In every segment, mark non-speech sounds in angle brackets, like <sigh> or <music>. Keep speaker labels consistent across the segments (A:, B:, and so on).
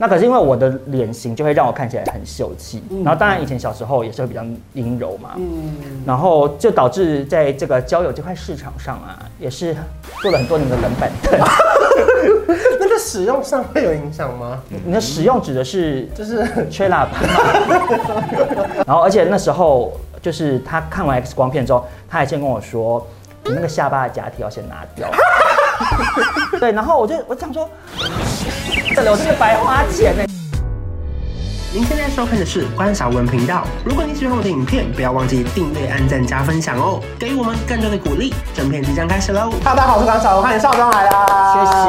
A: 那可是因为我的脸型就会让我看起来很秀气，然后当然以前小时候也是会比较阴柔嘛，然后就导致在这个交友这块市场上啊，也是做了很多年的冷板凳。
B: 那个使用上会有影响吗？
A: 你的使用指的是
B: 就是
A: 吹喇叭，然后而且那时候就是他看完 X 光片之后，他还先跟我说，你那个下巴的假体要先拿掉。对，然后我就我想说，这我这个白花钱呢、
B: 您现在收看的是关少文频道。如果你喜欢我的影片，不要忘记订阅、按赞、加分享哦，给予我们更多的鼓励。正片即将开始喽！大家好，我是关少文，欢迎少庄来啦！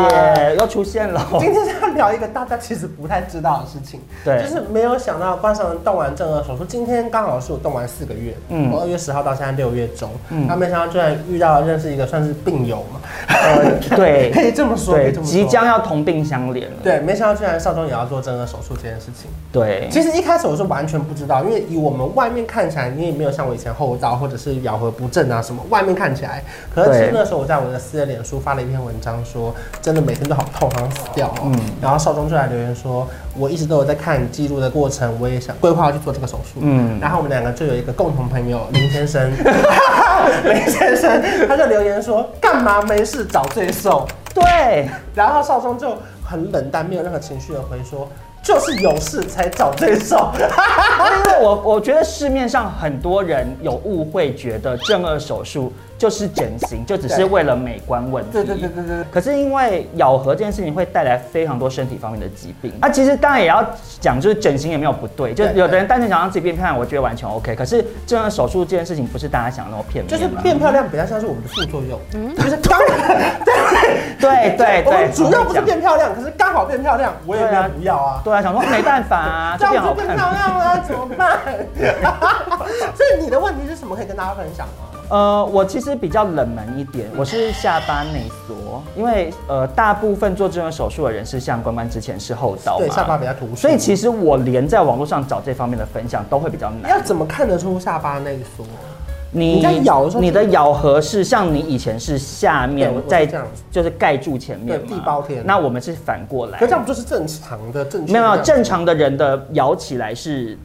A: 谢谢，又出现了。
B: 今天是要聊一个大家其实不太知道的事情，
A: 对
B: 就是没有想到关少文动完正颌手术，今天刚好是我动完四个月，
A: 嗯
B: 嗯，我二月十号到现在六月中，嗯，那没想到居然遇到认识一个算是病友嘛，
A: 呃， <laughs> 对，
B: <laughs> 可以这么说，可以
A: 对，
B: 这么说，
A: 即将要同病相怜了。
B: 对，没想到居然少庄也要做正颌手术这件事情。
A: 对，
B: 其实一开始我是完全不知道，因为以我们外面看起来，你也没有像我以前后照或者是咬合不正啊什么，外面看起来。可是其
A: 对
B: 实那时候我在我的私人脸书发了一篇文章说，真的每天都好痛，好像死掉
A: 嗯
B: 哦。然后少中就来留言说，我一直都有在看记录的过程，我也想规划要去做这个手术。
A: 嗯
B: 嗯，然后我们两个就有一个共同朋友林先生， <laughs> 林先生他就留言说，干嘛没事找罪受？
A: 对，
B: 然后少中就很冷淡，没有任何情绪的回说，就是有事才找罪
A: <laughs>
B: 受。
A: 因为我 <laughs> 我觉得市面上很多人有误会，觉得正颌手术就是整形，就只是
B: 对
A: 为了美观问题。
B: 对对对对对。
A: 可是因为咬合这件事情会带来非常多身体方面的疾病，啊，其实当然也要讲，就是整形也没有不对，就
B: 对
A: 有的人单纯想让自己变漂亮，我觉得完全 OK。可是正颌手术这件事情不是大家想的那么片
B: 就是
A: 面嘛，
B: 变漂亮比较像是我们的副作用，就是刚对
A: 嗯对对
B: 我
A: 对，
B: 们主要不是
A: 常会
B: 变漂亮，可是刚好变漂亮，我也没有不要啊
A: 讲，，对啊，想说没办法啊，
B: 这
A: 就变
B: 样
A: 好
B: 就变
A: 看
B: 漂
A: 了。<laughs>
B: 亮了，怎么办？ <laughs> 所以你的问题是什么？可以跟大家分享吗？
A: 呃，我其实比较冷门一点，我是下巴内缩，因为呃，大部分做这种手术的人是像关关之前是后刀嘛，
B: 对，下巴比较突出，
A: 所以其实我连在网络上找这方面的分享都会比较难。
B: 要怎么看得出下巴内缩？
A: 你
B: <laughs> 你在咬的时候
A: 你的咬合是像你以前是下面
B: 对我我是
A: 在
B: 这样子
A: 就是盖住前面嘛，
B: 对地包天
A: 那我们是反过来
B: 可，这样不就是正常的正确
A: 没有
B: 的
A: 没
B: 样子吗？
A: 有正常的人的咬起来是。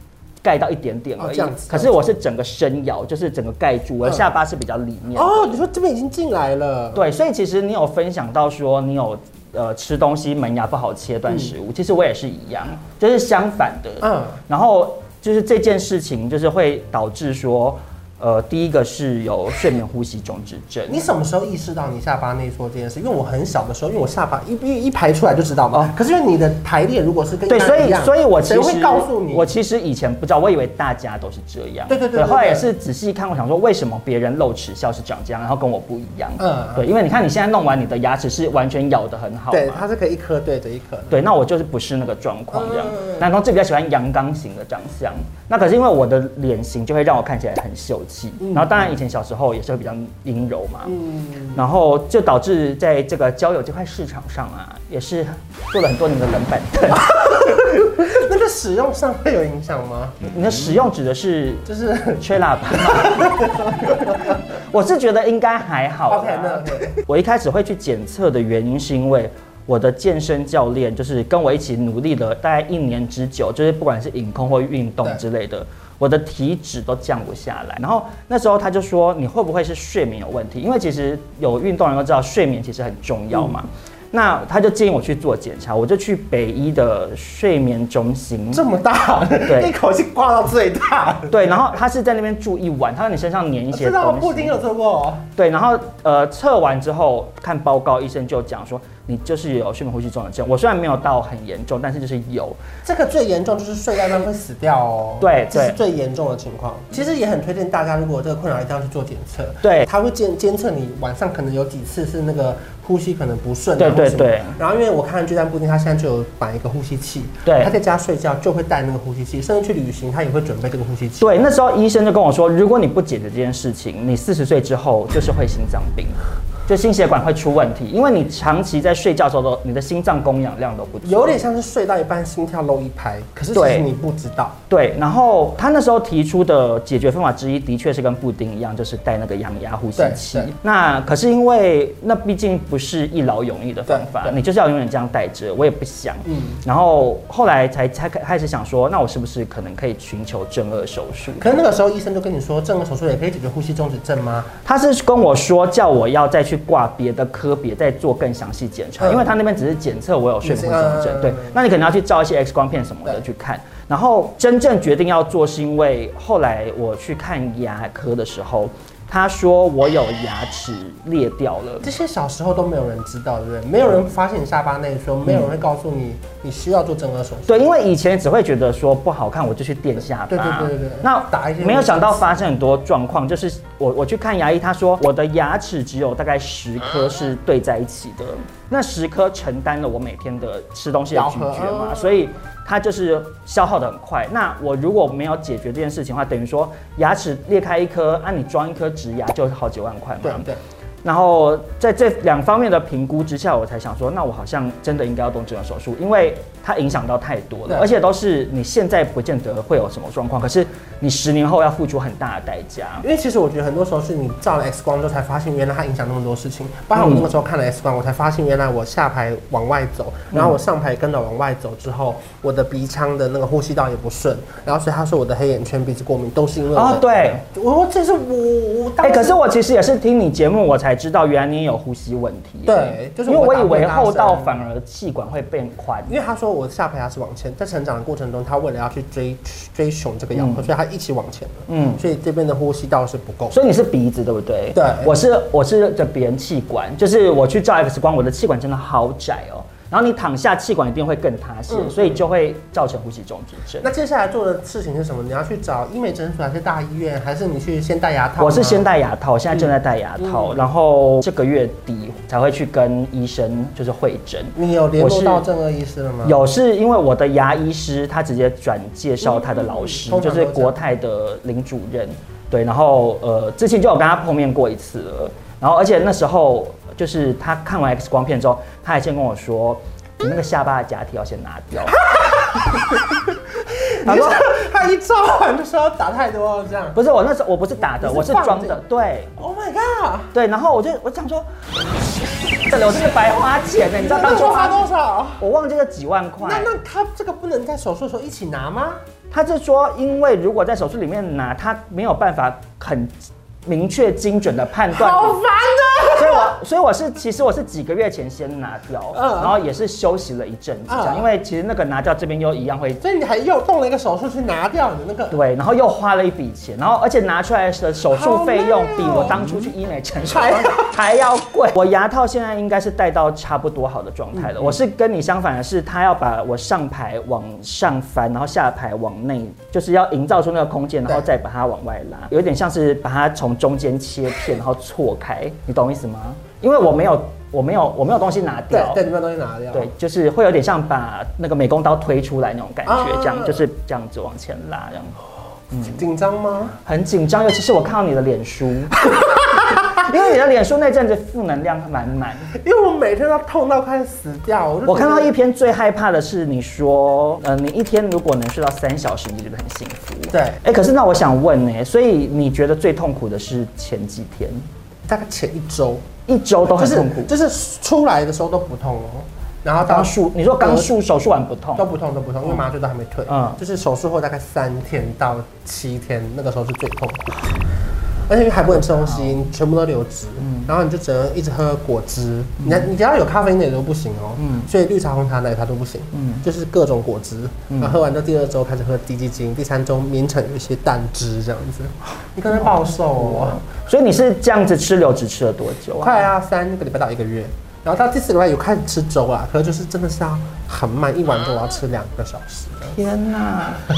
A: 盖到一点点而
B: 哦
A: 已
B: 这样子，
A: 可是我是整个深咬，就是整个盖住，而
B: 嗯
A: 下巴是比较里面的。
B: 哦，你说这边已经进来了，
A: 对，所以其实你有分享到说你有呃吃东西门牙不好切断食物，其实我也是一样，就是相反的。
B: 嗯
A: 然后就是这件事情就是会导致说，呃，第一个是有睡眠呼吸中止症。
B: 你什么时候意识到你下巴内缩这件事？因为我很小的时候，因为我下巴一一一排出来就知道嘛。可是因为你的排列如果是跟
A: 哦对，
B: 一般
A: 所
B: 人一
A: 以
B: 样
A: 所以我其
B: 谁
A: 实
B: 会告诉你？
A: 我其实以前不知道，我以为大家都是这样。
B: 对对对对
A: 后来也
B: 对
A: 是仔细看，我想说为什么别人露齿笑是长这样，然后跟我不一样。
B: 嗯
A: 对，因为你看你现在弄完，你的牙齿是完全咬得很好嘛。
B: 对，它是可以一颗对着一颗的。
A: 对，那我就是不是那个状况这样
B: 嗯。
A: 男同志比较喜欢阳刚型的长相，那可是因为我的脸型就会让我看起来很秀气，
B: 嗯
A: 然后当然以前小时候也是会比较阴柔嘛，然后就导致在这个交友这块市场上啊，也是做了很多年的冷板凳。
B: 那个使用上会有影响吗？
A: 你的使用指的是
B: 就是
A: 吹喇叭吗？ <laughs> 我是觉得应该还好啦。
B: OK，那 OK
A: <laughs> 我一开始会去检测的原因，是因为我的健身教练就是跟我一起努力了大概一年之久，就是不管是影控或运动之类的，我的体脂都降不下来。然后那时候他就说，你会不会是睡眠有问题？因为其实有运动人都知道睡眠其实很重要
B: 嗯
A: 嘛。那他就建议我去做检查，我就去北医的睡眠中心。
B: 这么大，
A: 对
B: <laughs> 一口气刮到最大。
A: 对，然后他是在那边住一晚，他在你身上粘一些
B: 啊知道
A: 东
B: 布丁
A: 西。
B: 有做过哦，
A: 对，然后呃测完之后看报告，医生就讲说你就是有睡眠呼吸中止症。我虽然没有到很严重，但是就是有。
B: 这个最严重就是睡到一半会死掉哦。
A: 对
B: 这是
A: 对
B: 最严重的情况。其实也很推荐大家，如果有这个困扰一定要去做检测。
A: 对
B: 它会监监测你晚上可能有几次是那个呼吸可能不顺、啊，
A: 对
B: 或者
A: 对
B: 什么
A: 对。
B: 然后因为我看巨蛋布丁，他现在就有买一个呼吸器，
A: 对
B: 他在家睡觉就会带那个呼吸器，甚至去旅行他也会准备这个呼吸器。
A: 对，那时候医生就跟我说，如果你不解决这件事情，你四十岁之后就是会心脏病。就心血管会出问题，因为你长期在睡觉的时候都，你的心脏供氧量都不足，
B: 有点像是睡到一半心跳漏一拍，可是其实
A: 对
B: 你不知道。
A: 对，然后他那时候提出的解决方法之一，的确是跟布丁一样，就是戴那个氧压呼吸器
B: 对对。
A: 那可是因为那毕竟不是一劳永逸的方法
B: 对，对
A: 你就是要永远这样戴着，我也不想。
B: 嗯
A: 然后后来才才开开始想说，那我是不是可能可以寻求正颚手术？
B: 可是那个时候医生就跟你说，正颌手术也可以解决呼吸中止症吗？
A: 他是跟我说，叫我要再去挂别的科别，再做更详细检查，
B: 嗯
A: 因为他那边只是检测我有眩晕什么症
B: 嗯，
A: 对，那你可能要去照一些 X 光片什么的
B: 对
A: 去看。然后真正决定要做，是因为后来我去看牙科的时候，他说我有牙齿裂掉了。
B: 这些小时候都没有人知道，对不对？没有人发现你下巴内缩，没有人会告诉你你需要做正颌手术。
A: 嗯对，因为以前只会觉得说不好看，我就去垫下巴。
B: 对对对对对
A: 那
B: 打一些
A: 没有想到发生很多状况，就是我我去看牙医，他说我的牙齿只有大概十颗是对在一起
B: 嗯
A: 的，那十颗承担了我每天的吃东西的咀嚼
B: 咬合
A: 嘛，
B: 嗯
A: 所以它就是消耗的很快。那我如果没有解决这件事情的话，等于说牙齿裂开一颗，啊按、你装一颗植牙就好几万块嘛。
B: 对对，啊
A: 然后在这两方面的评估之下，我才想说，那我好像真的应该要动整容手术，因为它影响到太多
B: 对
A: 了，而且都是你现在不见得会有什么状况，可是你十年后要付出很大的代价。
B: 因为其实我觉得很多时候是你照了 X 光之后才发现，原来它影响那么多事情。包括我那个时候看了 X 光，我才发现原来我下排往外走，然后我上排跟着往外走之后，我的鼻腔的那个呼吸道也不顺，然后所以他说我的黑眼圈、鼻子过敏都是因为我
A: 哦
B: 的，。
A: 对，
B: 我我这是我我当
A: 哎、
B: 时
A: 可是我其实也是听你节目，我才知道原来你也有呼吸问题。
B: 对就是
A: 因为
B: 我
A: 我
B: 打
A: 以为
B: 呼啦
A: 后道
B: 声
A: 反而气管会变宽。
B: 因为他说我下排牙齿往前，在成长的过程中，他为了要去追追寻这个咬合，所以他一起往前了。嗯，
A: 嗯
B: 所以这边的呼吸道是不够。
A: 所以你是鼻子对不对？
B: 对
A: 我是我是的鼻人气管，就是我去照 X 光，我的气管真的好窄哦。然后你躺下，气管一定会更塌陷，
B: 嗯
A: 所以就会造成呼吸中止症。
B: 那接下来做的事情是什么？你要去找医美诊所，还是大医院，还是你去先戴牙套吗？嗯
A: 我是先戴牙套，我现在正在戴牙套，然后这个月底才会去跟医生就是会诊。
B: 你有联
A: 我
B: 络
A: 是
B: 到正颌医师了吗？。
A: 有是因为我的牙医师他直接转介绍他的老师，
B: 嗯嗯嗯
A: 就是国泰的林主任，对，然后呃之前就有跟他碰面过一次了，然后而且那时候就是他看完 X 光片之后，他还先跟我说，你那个下巴的假体要先拿
B: <laughs>
A: 掉，
B: 他说 <laughs> 他一照完就说要打太多了这样。
A: 不是我那时候我不是打的，
B: 你是
A: 我是
B: 放着
A: 装的，对
B: Oh my god！
A: 对，然后我就我想说， <laughs> 这流这是白花钱呢，你知道当
B: 那
A: 初
B: 时候花多少？
A: 我忘记了几万块，
B: 那那他这个不能在手术的时候一起拿吗？
A: 他是说，因为如果在手术里面拿，他没有办法很明确精准的判断，
B: 好烦啊！
A: 所以我所以我是其实我是几个月前先拿掉，
B: 嗯
A: 然后也是休息了一阵子，这样，
B: 嗯
A: 因为其实那个拿掉这边又一样会。
B: 所以你还又动了一个手术去拿掉你的那个。
A: 对，然后又花了一笔钱，然后而且拿出来的手术费用
B: 好累哦
A: 比我当初去医美诊所
B: 还要
A: <laughs> 还要贵。我牙套现在应该是戴到差不多好的状
B: 嗯
A: 态了。我是跟你相反的是，他要把我上排往上翻，然后下排往内，就是要营造出那个空间，然后
B: 对
A: 再把它往外拉，有点像是把它从中间切片，然后错开，你懂意思吗？因为我没有，我没有，我没有东西拿
B: 对
A: 掉。
B: 对，你把东西拿掉。
A: 对，就是会有点像把那个美工刀推出来那种感觉，
B: 啊
A: 这样就是这样子往前拉，这样
B: 紧张吗？
A: 很紧张。尤其是我看到你的脸
B: <laughs>
A: 书，因为你的脸书那阵子负能量满
B: <laughs>
A: 满。
B: 因为我每天都痛到快死掉，我就
A: 我看到
B: 觉得
A: 一篇最害怕的是你说，呃，你一天如果能睡到三小时，你就觉得很幸福。
B: 对
A: 哎、可是那我想问呢、所以你觉得最痛苦的是前几天，
B: 大概前一周，
A: 一周都
B: 就
A: 很痛苦
B: 是，就是出来的时候都不痛哦，然后到
A: 刚术，你说刚术手术完不痛
B: 都，不痛都不痛，因为麻醉都还没退，嗯
A: 嗯，
B: 就是手术后大概三天到七天，那个时候是最痛苦的，而且因为还不能吃东西，你全部都流质，然后你就只能一直喝果汁，你你只要有咖啡因的也都不行哦，所以绿茶、红茶、奶茶都不行，就是各种果汁，然后喝完到第二周开始喝低基精，第三周勉强有一些蛋汁这样子，你可能暴瘦哦。
A: 所以你是这样子吃流质吃了多久啊？
B: 快要三个礼拜到一个月，然后到第四个礼拜有开始吃粥啦，可是就是真的是要很慢，一碗粥我要吃两个小时。
A: 天哪、 <laughs>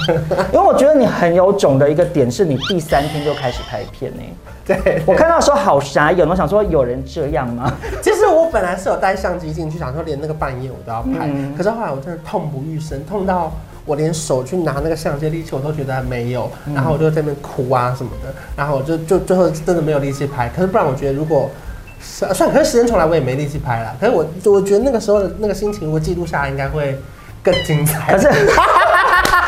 A: 因为我觉得你很有种的一个点是你第三天就开始拍片呢、
B: 对，
A: 我看到的时候好傻眼，我想说有人这样 <laughs> 吗？
B: 其实我本来是有带相机进去，想说连那个半夜我都要拍，
A: 嗯
B: 可是后来我真的痛不欲生，痛到我连手去拿那个相机的力气我都觉得没有，
A: 嗯
B: 然后我就在那边哭啊什么的，然后我就就最后真的没有力气拍。可是不然，我觉得如果是啊，算，可是时间重来我也没力气拍了。可是我我觉得那个时候的那个心情，如果记录下来应该会更精彩。
A: 可是，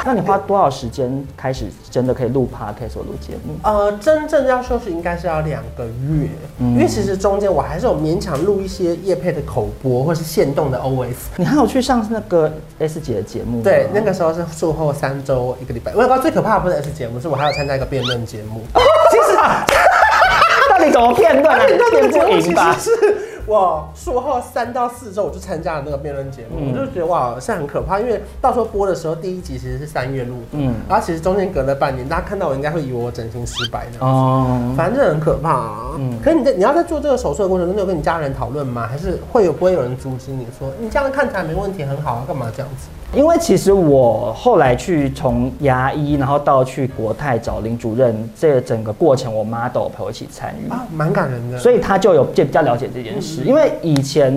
A: 那你花多少时间开始真的可以录 podcast 或录节目？
B: <laughs> 呃，真正要休息应该是要两个月，
A: 嗯
B: 因为其实中间我还是有勉强录一些叶配的口播或是限动的 OS。
A: 你还有去上那个 S 姐的节目吗？
B: 对，那个时候是术后三周一个礼拜。我告最可怕的不是 S 节目，是我还有参加一个辩论节目。其实，
A: <laughs> 到底怎么辩 <laughs> 论啊？
B: 那个
A: 辩
B: 节
A: 不
B: 目其
A: 赢吧
B: 实？是我术后三到四周我就参加了那个辩论节目，我就觉得哇，是很可怕，因为到时候播的时候第一集其实是三月录的，
A: 嗯
B: 嗯，然后其实中间隔了半年，大家看到我应该会以为我整形失败
A: <laughs>
B: 的。
A: 哦，
B: 反正很可怕啊！
A: 嗯
B: 可是你在你要在做这个手术的过程中，你有跟你家人讨论吗？还是会有不会有人阻止你说你这样看起来没问题，很好啊，干嘛这样子？
A: 因为其实我后来去从牙医，然后到去国泰找林主任，这整个过程我妈都有陪我一起参与。
B: 啊，蛮感人的。
A: 所以他就有比较了解这件事。因为以前，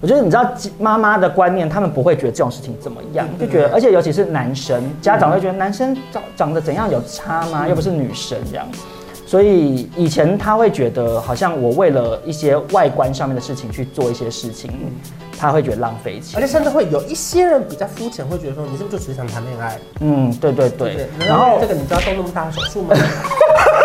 A: 我觉得你知道妈妈的观念，他们不会觉得这种事情怎么样，就觉得，
B: 嗯
A: 而且尤其是男生，家长会觉得男生长长得怎样有差吗？又不是女生这样。所以以前他会觉得，好像我为了一些外观上面的事情去做一些事情，他会觉得浪费
B: 嗯而
A: 钱。
B: 且甚至会有一些人比较肤浅，会觉得说你是不是就只是想谈恋爱？
A: 嗯，对对
B: 不
A: 对。
B: 然后这个你知道动那么大的手术 <laughs> 吗？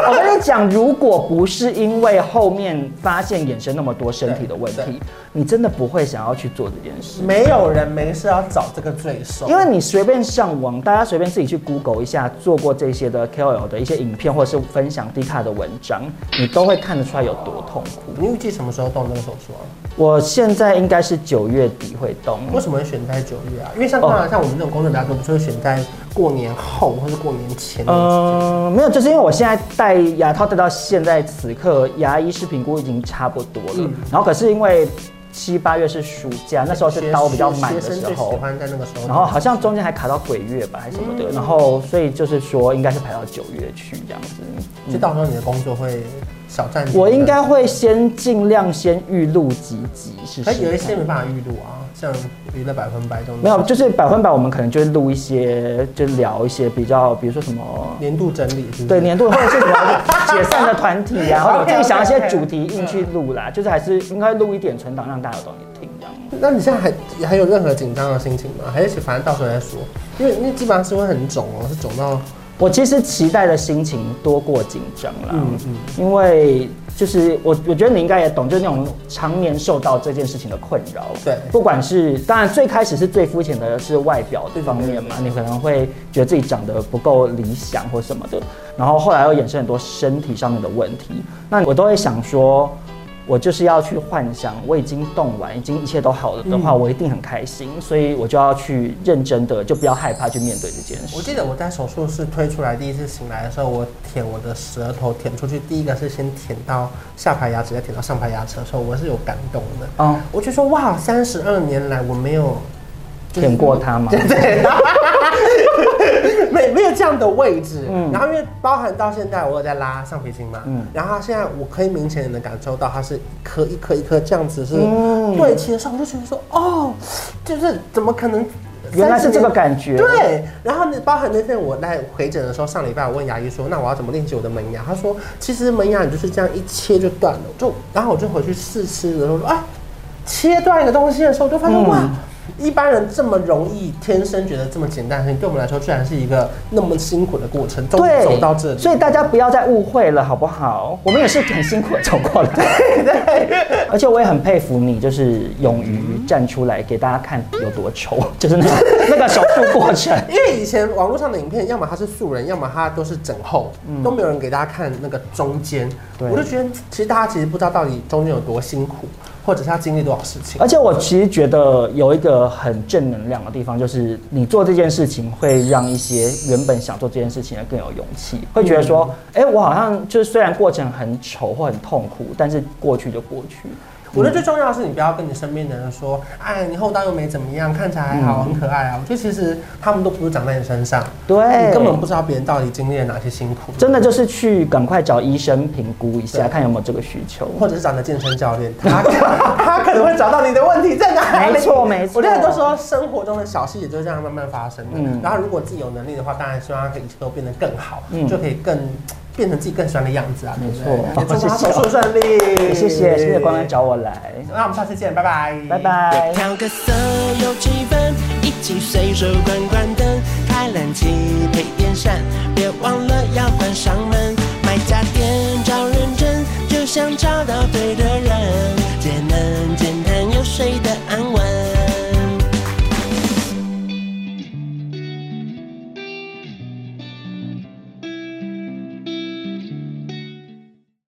A: 我跟你讲，如果不是因为后面发现衍生那么多身体的问
B: 对
A: 题
B: 对，
A: 你真的不会想要去做这件事。
B: 没有人没事要找这个罪受，
A: 因为你随便上网，大家随便自己去 Google 一下做过这些的 KOL 的一些影片，或者是分享 D 卡的文章，你都会看得出来有多痛苦。
B: 你预计什么时候动这个手术啊？
A: 我现在应该是九月底会动，
B: 为什么会选在九月啊？因为像通常像我们这种工作比较多，不是会选在过年后或是过年前？
A: 嗯，没有，就是因为我现在戴牙套戴到现在此刻，牙医师评估已经差不多了。
B: 嗯
A: 然后可是因为七八月是暑假，那时候是刀比较满的
B: 学生
A: 时
B: 最喜
A: 候，
B: 欢在那个时候。
A: 然后好像中间还卡到鬼月吧，还是什么
B: 嗯
A: 的，然后所以就是说应该是排到九月去这样子。
B: 就到时候你的工作会小暂停。
A: 我应该，会先尽量先预录几集试
B: 可是有一
A: 试
B: 些
A: 看。
B: 没办法预录啊，像娱乐百分百这种。
A: 没有，就是百分百，我们可能就会录一些，就聊一些比较，比如说什么
B: 年度整理是不是？
A: 对年度或者是什么解散的团体
B: <laughs>
A: 呀、或者我自己
B: OK，OK，OK
A: 想一些主题硬去录啦，就是还是应该录一点存档让大家有东西听这样。
B: 那你现在还还有任何紧张的心情吗？还是反正到时候再说？因为那基本上是会很肿哦，是肿到
A: 我其实期待的心情多过紧张啦，
B: 嗯嗯
A: 因为就是我我觉得你应该也懂，就是那种常年受到这件事情的困扰，
B: 对
A: 不管是当然最开始是最肤浅的是外表这方面嘛，你可能会觉得自己长得不够理想或什么的，然后后来又衍生很多身体上面的问题，那我都会想说。我就是要去幻想，我已经动完，已经一切都好了的
B: 嗯
A: 话，我一定很开心，所以我就要去认真的，就不要害怕去面对这件事。
B: 我记得我在手术室推出来第一次醒来的时候，我舔我的舌头舔出去，第一个是先舔到下排牙齿，再舔到上排牙齿的时候，我是有感动的。
A: 哦
B: 我就说哇，三十二年来我没有就是
A: 舔过它吗？
B: 对，没没有这样的位置。然后因为包含到现在，我有在拉橡皮筋嘛，
A: 嗯
B: 然后现在我可以明显的感受到它是一颗一颗一颗这样子是
A: 嗯
B: 对齐的时候，我就觉得说哦，就是怎么可能？
A: 原来是这个感觉
B: 对，然后呢，包含那天我在回诊的时候，上礼拜我问牙医说，那我要怎么练习我的门牙？他说，其实门牙你就是这样一切就断了，我就然后我就回去试吃的时候说，哎，切断一个东西的时候，我就发现、哇，一般人这么容易，天生觉得这么简单的事情，对我们来说居然是一个那么辛苦的过程，终于走到这里。
A: 所以大家不要再误会了，好不好？我们也是很辛苦的走过
B: <laughs>
A: 来，而且我也很佩服你，就是勇于站出来给大家看有多丑， <laughs> 就是那
B: <laughs>
A: 个那个手术过程。
B: 因为以前网络上的影片，要么他是素人，要么他都是整后，都没有人给大家看那个中间。
A: 对
B: 我就觉得，其实大家其实不知道到底中间有多辛苦，或者是他经历多少事情
A: 而。且我其实觉得有一个很正能量的地方，就是你做这件事情会让一些原本想做这件事情的更有勇气，会觉得说，
B: 嗯
A: 哎、我好像就是虽然过程很丑或很痛苦，但是过去就过去。
B: 我觉得最重要的是，你不要跟你身边的人说，哎，你后道又没怎么样，看起来还好，很可爱啊。我觉得其实他们都不是长在你身上，
A: 对，
B: 你根本不知道别人到底经历了哪些辛苦。
A: 真的就是去赶快找医生评估一下，
B: 对
A: 看有没有这个需求。
B: 或者是长得健身教练，
A: <laughs>
B: 他他可能会找到你的问题在哪里。
A: 没错没错
B: 我觉得很多时候生活中的小细节就是这样慢慢发生的。
A: 嗯
B: 然后如果自己有能力的话，当然希望他可以以后变得更好，
A: 嗯
B: 就可以更变成自己更喜欢的样子啊，对
A: 没
B: 不
A: 错
B: 对？也祝他
A: 谢
B: 手
A: 谢
B: 术顺利，
A: 谢谢谢谢光哥找我来，
B: 那我们下次见，拜拜，
A: 拜。拜。
C: 调个色有气氛，一起随手关关灯。